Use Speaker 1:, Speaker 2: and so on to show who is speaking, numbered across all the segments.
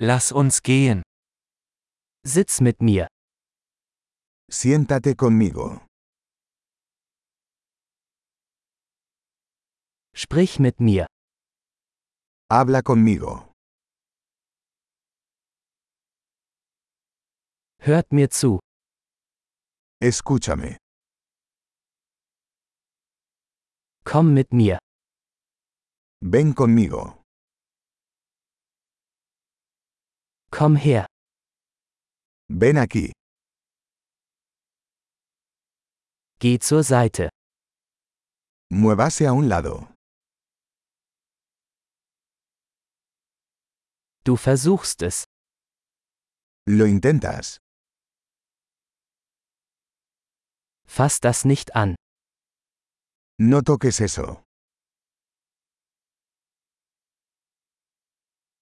Speaker 1: Lass uns gehen. Sitz mit mir.
Speaker 2: Siéntate conmigo.
Speaker 1: Sprich mit mir.
Speaker 2: Habla conmigo.
Speaker 1: Hört mir zu.
Speaker 2: Escúchame.
Speaker 1: Komm mit mir.
Speaker 2: Ven conmigo.
Speaker 1: Komm her.
Speaker 2: Ven aquí.
Speaker 1: Geh zur Seite.
Speaker 2: Muévase a un lado.
Speaker 1: Du versuchst es.
Speaker 2: Lo intentas.
Speaker 1: Fass das nicht an.
Speaker 2: No toques eso.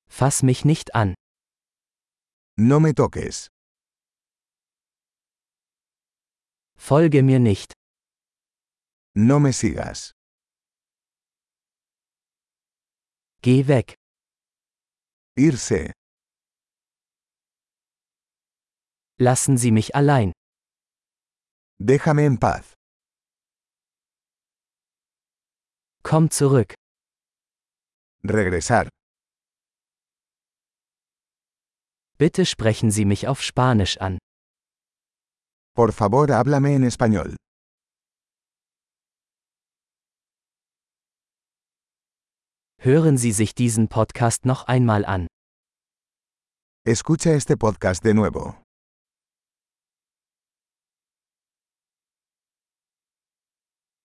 Speaker 1: Fass mich nicht an.
Speaker 2: No me toques.
Speaker 1: Folge mir nicht.
Speaker 2: No me sigas.
Speaker 1: Geh weg.
Speaker 2: Irse.
Speaker 1: Lassen Sie mich allein.
Speaker 2: Déjame en paz.
Speaker 1: Komm zurück.
Speaker 2: Regresar.
Speaker 1: Bitte sprechen Sie mich auf Spanisch an.
Speaker 2: Por favor, háblame en español.
Speaker 1: Hören Sie sich diesen Podcast noch einmal an.
Speaker 2: Escucha este podcast de nuevo.